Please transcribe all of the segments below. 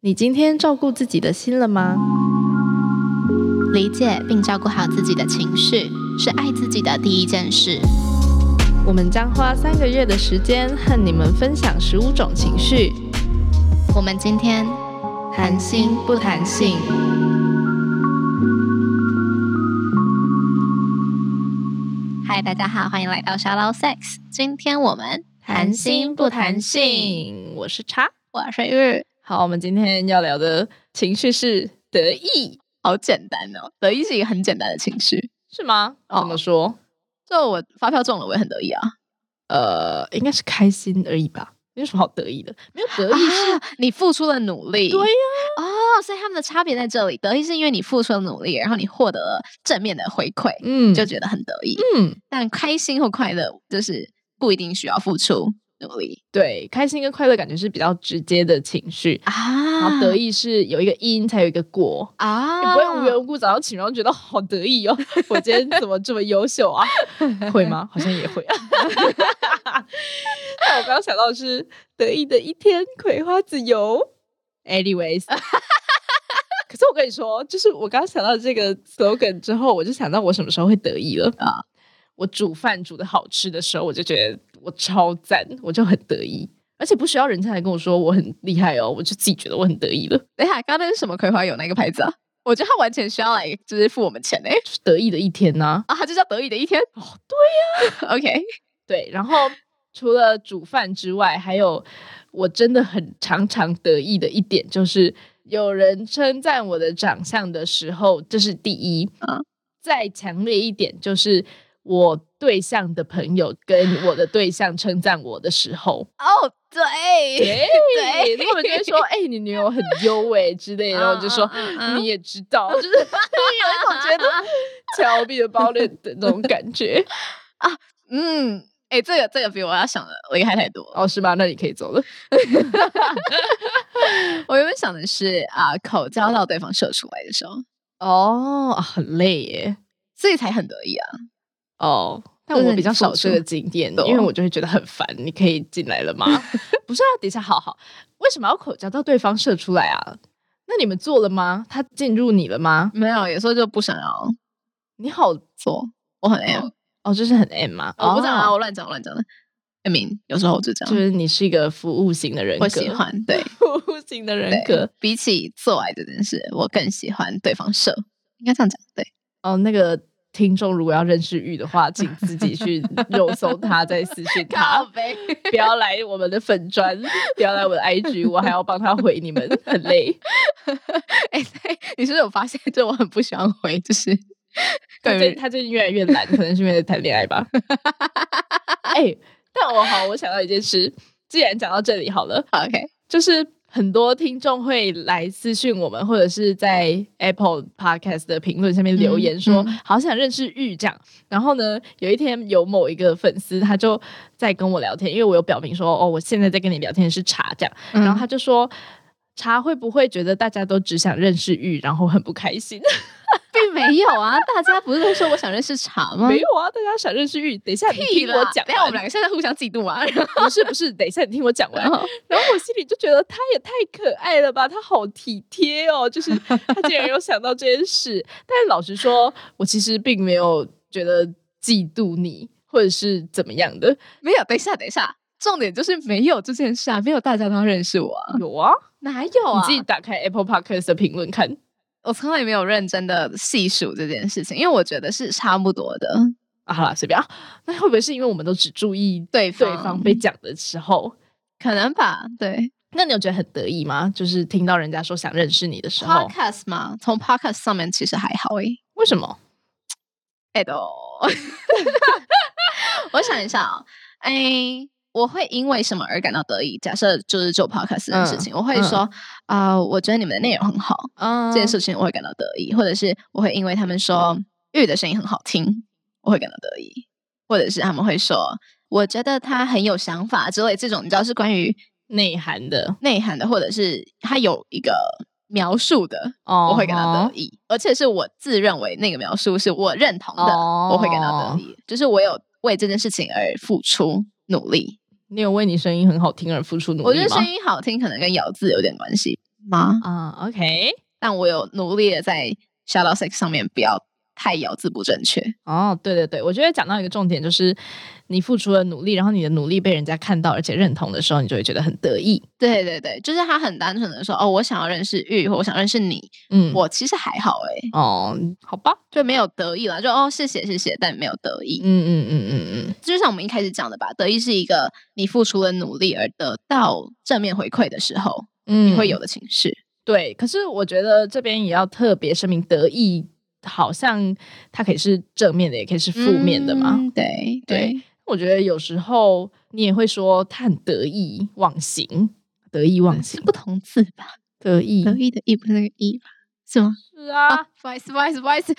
你今天照顾自己的心了吗？理解并照顾好自己的情绪，是爱自己的第一件事。我们将花三个月的时间和你们分享十五种情绪，我们今天谈心不谈性。嗨，大家好，欢迎来到沙捞 Sex。今天我们谈心不谈，性，我是叉。我是玉，好，我们今天要聊的情绪是得意，好简单哦。得意是一个很简单的情绪，是吗？哦怎么说？就我发票中了，我也很得意啊。呃，应该是开心而已吧，没有什么好得意的。没有得得意意是，是啊你付出了努力，对呀、哦，所以他们的差别在这里。得意是因为你付出了努力，然后你获得了正面的回馈，嗯，就觉得很得意。嗯，但开心或快乐就是不一定需要付出努力对，开心跟快乐感觉是比较直接的情绪，然啊后得意是有一个因才有一个果，你啊不会无缘无故早上起床觉得好得意哦，我今天怎么这么优秀啊？会吗？好像也会、 啊。但我刚刚想到的是得意的一天，葵花籽油。Anyways，可是我跟你说，就是我刚刚想到这个 slogan 之后，我就想到我什么时候会得意了啊！我煮饭煮的好吃的时候，我就觉得我超赞，我就很得意，而且不需要人家来跟我说我很厉害哦，我就自己觉得我很得意了。等一下，刚刚那是什么葵花油？哪个牌子啊？我觉得他完全需要来，就是付我们钱诶、就是得意的一天呐、 啊，他就叫得意的一天。哦， OK，对，然后除了煮饭之外，还有我真的很常常得意的一点就是，有人称赞我的长相的时候，这是第一。嗯再强烈一点就是我对象的朋友跟我的对象称赞我的时 候，哦，对，对，对他们就会说：“哎、你女友很 优哎、之类的。”然后我就说：“嗯嗯嗯嗯你也知道，就是 有一种觉 得 敲壁的包脸的那种感觉。嗯，诶、这个这个比我要想的厉害太多了。哦，是吗？那你可以走了。我原本想的是啊，口交到对方射出来的时候，哦，啊很累耶。所以才很得意啊。哦，但就是我比你较付少这出个经验，懂因为我就会觉得很烦。你可以进来了吗？ 不是啊，等一下，好好，为什么要口交到对方射出来啊？那你们做了吗？他进入你了吗？没有，有时候就不想要你好，做，我很 M，、哦，这是很 M 吗？我不知道啊，哦我乱讲乱讲的。I mean，有时候我就这就样，是你是一个服务型的人格，我喜欢对。服务型的人对格。比起做爱这件事，我更喜欢对方射，应该这样讲对。哦，那个听众如果要认识玉的话，请自己 去肉搜他，再私信他。呗， 不要来我们的粉砖， 不要来我的 IG，我还要帮他回你们， 很累。哎、对，你是不是有发现，就我很不喜欢回，就是他 对最他最近越来越懒，可能是因为在谈恋爱吧。哎、但我好，我想到一件事，既然讲到这里好了，好 OK，就是很多听众会来私讯我们，或者是在 Apple Podcast 的评论下面留言嗯说，嗯好想认识玉这样。然后呢，有一天有某一个粉丝他就在跟我聊天，因为我有表明说，哦，我现在在跟你聊天是茶这样。嗯然后他就说。茶会不会觉得大家都只想认识玉，然后很不开心？并没有啊，大家不是都说我想认识茶吗？没有啊，大家想认识玉。等一下，你屁听啦我讲等一下我们完。两个现在互相嫉妒 啊。不是不是，等一下你听我讲完然。后然后我心里就觉得他也太可爱了吧，他好体贴哦，就是他竟然有想到这件事。但是老实说，我其实并没有觉得嫉妒你或者是怎么样的。 没有，等一下，等一下，重点就是没有这件事啊，没有大家都要认识我啊，有啊，哪有你啊？自己打开 Apple Podcast 的评论看。我从来没有认真的细数这件事情，因为我觉得是差不多的。啊，好啦，随便啊。那会不会是因为我们都只注意对对方方被讲的时候？可能吧，对那你有觉得很得意吗？就是听到人家说想认识你的时候， ，podcast 嘛，从 podcast 上面其实还好诶、 为什么？哎都，我想一下啊、哎、我会因为什么而感到得意？假设就是做 podcast 这件事情，我会说啊、我觉得你们的内容很好，嗯这件事情我会感到得意，或者是我会因为他们说玉的声音很好听，我会感到得意，或者是他们会说我觉得他很有想法之类，这种你知道是关于内涵的内涵的，或者是他有一个描述的，哦我会感到吼得意，而且是我自认为那个描述是我认同的，哦我会感到得意，就是我有为这件事情而付出努力。你有为你声音很好听而付出努力吗？我觉得声音好听可能跟咬字有点关系，吗？嗯，OK，但我有努力的在 Shadow Sex 上面不要太咬字不正确。哦，对对对，我觉得讲到一个重点就是，你付出了努力，然后你的努力被人家看到而且认同的时候，你就会觉得很得意。对对对，就是他很单纯的说，哦，我想要认识玉，或我想认识你。嗯，我其实还好诶、哦，好吧，就没有得意了，就哦谢谢谢谢，但没有得意。嗯嗯嗯嗯嗯，就像我们一开始讲的吧，得意是一个你付出了努力而得到正面回馈的时候，嗯你会有的情绪。对，可是我觉得这边也要特别声明，得意好像它可以是正面的，也可以是负面的嘛。嗯对对我觉得有时候你也会说他很得意忘形，得意忘形是，不同字吧？得意得意的意不是那个意吧？是吗？是啊，嗯不好意思，不好意思，不好意思，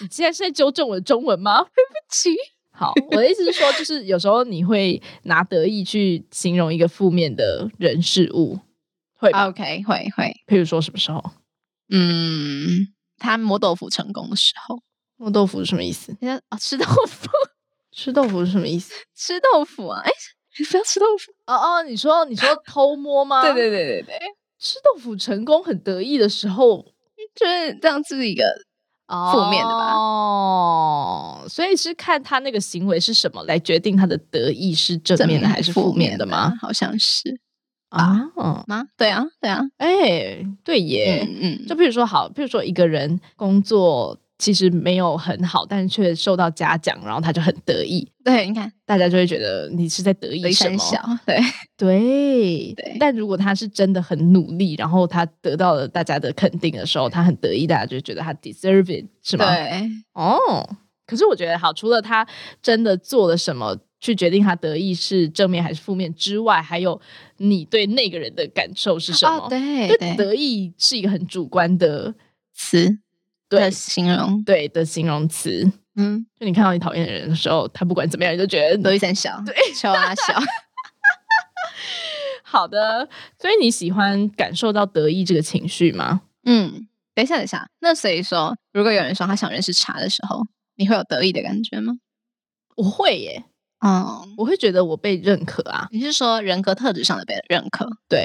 你 现在是在纠正我的中文吗？ 起。好，我的意思是说，就是有时候你会拿得意去形容一个负面的人事物，会吧？啊 OK，会会，譬如说什么时候嗯，他磨豆腐成功的时候，摸豆腐是什么意思？人家哦吃豆腐，吃豆腐是什么意思？ 吃豆腐啊，哎，不要吃豆腐。哦哦，你说你说偷摸吗？对对对对对，吃豆腐成功很得意的时候，就是让自己一个负面的吧哦，所以是看他那个行为是什么来决定他的得意是正正面的面还是负面的吗？？好像是啊，嗯吗？对啊，对啊，哎、对耶，嗯嗯，就譬如说好，譬如说一个人工作其实没有很好，但是却受到嘉奖，然后他就很得意。对，你看大家就会觉得你是在得雷意什声么？小，对对对但如果他是真的很努力，然后他得到了大家的肯定的时候，他很得意，大家就觉得他 deserve it，是吗？对，哦，可是我觉得好，除了他真的做了什么去决定他得意是正面还是负面之外，还有你对那个人的感受是什么？哦，对因为对，得意是一个很主观的，词对的形容，对的形容词。嗯，就你看到你讨厌的人的时候，他不管怎么样，你就觉雷得声小，对，求啊小， 好的。所以你喜欢感受到得意这个情绪吗？嗯，等一下，等一下，那所以说，如果有人说他想认识茶的时候，你会有得意的感觉吗？我会耶，嗯，我会觉得我被认可啊。你是说人格特质上的被认可？对，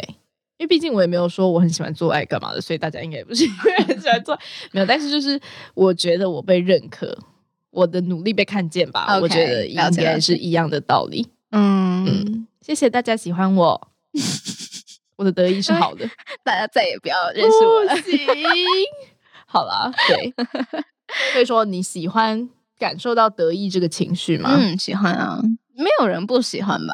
因为毕竟我也没有说我很喜欢做爱干嘛的，所以大家应该也不是 因为很喜欢做爱，没有。但是就是我觉得我被认可，我的努力被看见吧 OK，我觉得了应解该了是一样的道理。嗯，嗯，谢谢大家喜欢 我，我的得意是好的，大家再也不要认识我了。不行。好啦， 对，所以说你喜欢感受到得意这个情绪吗？嗯，喜欢 啊，没有人不喜欢吧？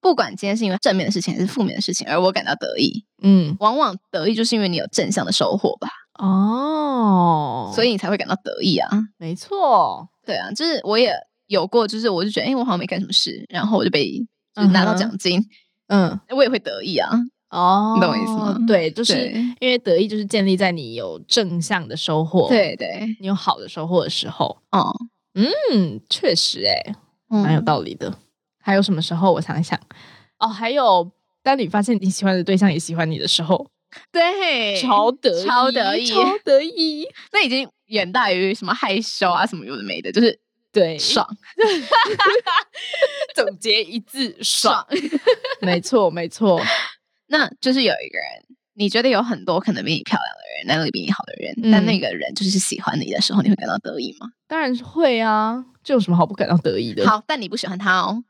不管今天是因为正面的事情还是负面的事情，而我感到得意，嗯，往往得意就是因为你有正向的收获吧，哦，所嗯以以你才会感到得意啊。没错，对啊，就是我也有过，就是我就觉得，哎、我好像没干什么事，然后我就被就是拿到嗯哼奖金，嗯，我也会得意啊。哦，你懂我意思吗对，就是对因为得意就是建立在你有正向的收获，，对对，你有好的收获的时候，哦，嗯，确实、欸，哎，嗯蛮有道理的。还有什么时候？我想一想，哦，还有当你发现你喜欢的对象也喜欢你的时候，对，超得意，超得意超得 意，那已经远大于什么害羞啊什么有的没的，就是对，爽 总结一字，爽。。没错，没错，那就是有一个人，你觉得有很多可能比你漂亮的人，能力比你好的人，嗯但那个人就是喜欢你的时候，你会感到得意吗？当然是会啊，这有什么好不感到得意的？，好，但你不喜欢他哦。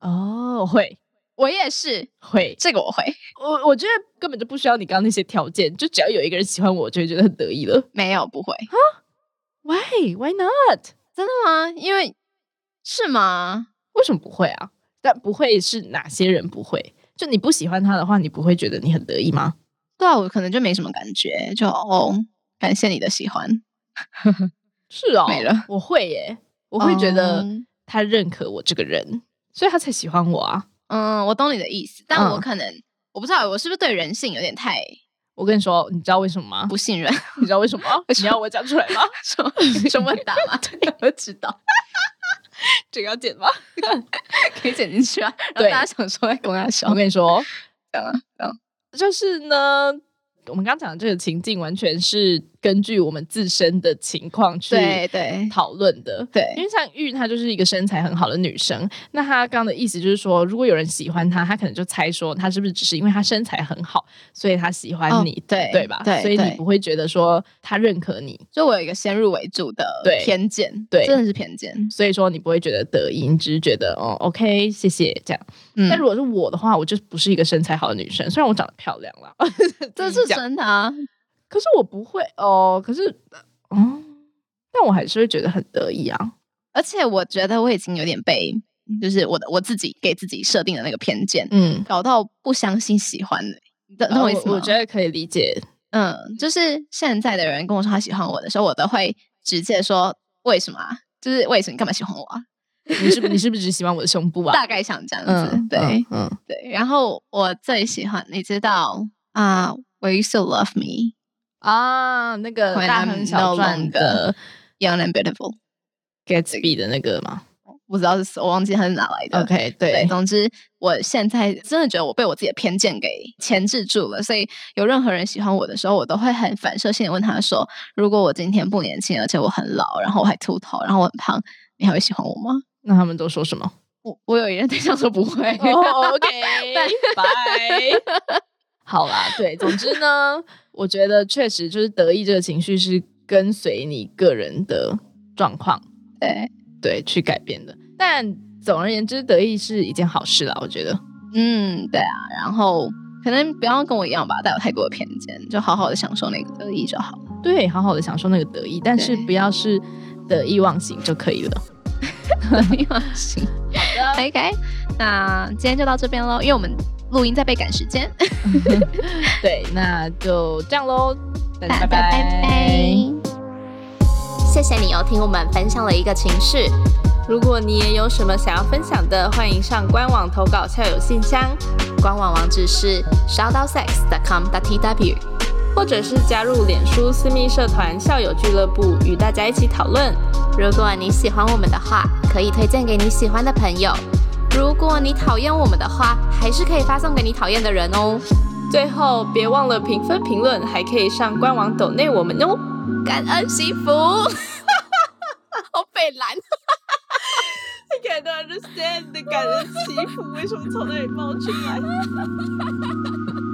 哦，会我也是，会，这个我会我我觉得根本就不需要你刚刚那些条件，就只要有一个人喜欢我，我就会觉得很得意了。没有不会， Why? Why not? 啊真的吗？因为是吗？为什么不会啊？但不会是哪些人不会？就你不喜欢他的话，你不会觉得你很得意吗？对啊，我可能就没什么感觉，就哦，感谢你的喜欢，是哦，没了我会耶，我会觉得嗯他认可我这个人，所以他才喜欢我啊。嗯，我懂你的意思，但我嗯可能、我不知道我是不是对人性有点太 我跟你说，你知道为什么吗？不信任，你知 道为什么吗？你要我讲出来吗？什 么什么答吗？我知道，这个要剪吗？可以剪进去啊。然后对 大家想说在跟 我我小跟你说，讲啊，哦就是呢，我们刚讲的这个情境，完全是根据我们自身的情况去对对讨论的。因对为像玉，她就是一个身材很好的女生。那她刚刚的意思就是说，如果有人喜欢她，她可能就猜说她是不是只是因为她身材很好，所以她喜哦欢你，对对吧？对所以你对不会觉得说她认可你，就我有一个先入为主的对偏见，对真的是偏见。所以说你不会觉得得意，你只是觉得哦，OK，谢谢这样。嗯但如果是我的话，我就不是一个身材好的女生，虽然我长得漂亮啦， 这自己是讲真的啊，可是我不会哦，可是哦，但我还是会觉得很得意啊。而且我觉得我已经有点被，就是我的我自己给自己设定的那个偏见，嗯，搞到不相信喜欢的，你懂懂啊我意思吗？呃我觉得可以理解。嗯，就是现在的人跟我说他喜欢我的时候，我都会直接说为什么、啊，就是为什么你干嘛喜欢我、啊？你是不你是不是只喜欢我的胸部啊？大概想这样子，嗯，对、嗯，嗯对。然后我最喜欢，你知道啊、w h e r e you still love me, 啊，那个 When 大 I'm 亨小 no 传的 young and beautiful。 Gatsby 的那个嘛。不知道是我忘记他是哪来的。 OK，对，对，总之我现在真的觉得我被我自己的偏见给钳制住了，所以有任何人喜欢我的时候，我都会很反射性的问他说：“如果我今天不年轻，而且我很老，然后我还秃头，然后我很胖，你还会喜欢我吗那他们都说什么？？”我我有一任对象说不会，哦 OK，拜。 好啦，对，总之呢，我觉得确实就是得意这个情绪是跟随你个人的状况 对，对去改变的。但总而言之，得意是一件好事啦，我觉得。嗯，对啊，然后可能不要跟我一样吧，带有太多的偏见，就好好的享受那个得意 就好。对，好好的享受那个得意，但是对不要是得意忘形就可以 了。 行，OK，那今天就到这边喽，因为我们录音在被赶时间，对，那就这样喽，大家大家 拜拜拜谢谢你又哦听我们分享了一个情事。如果你也有什么想要分享的，欢迎上官网投稿校友信箱，官网网址是 shoutousex.com.tw，或者是加入脸书私密社团校友俱乐部，与大家一起讨论。如果你喜欢我们的话，可以推荐给你喜欢的朋友；如果你讨厌我们的话，还是可以发送给你讨厌的人哦。最后，别忘了评分评论，还可以上官网抖内我们哦。感恩惜福，好北蓝。 I can't understand 的感人祈福为什么从那里冒出来？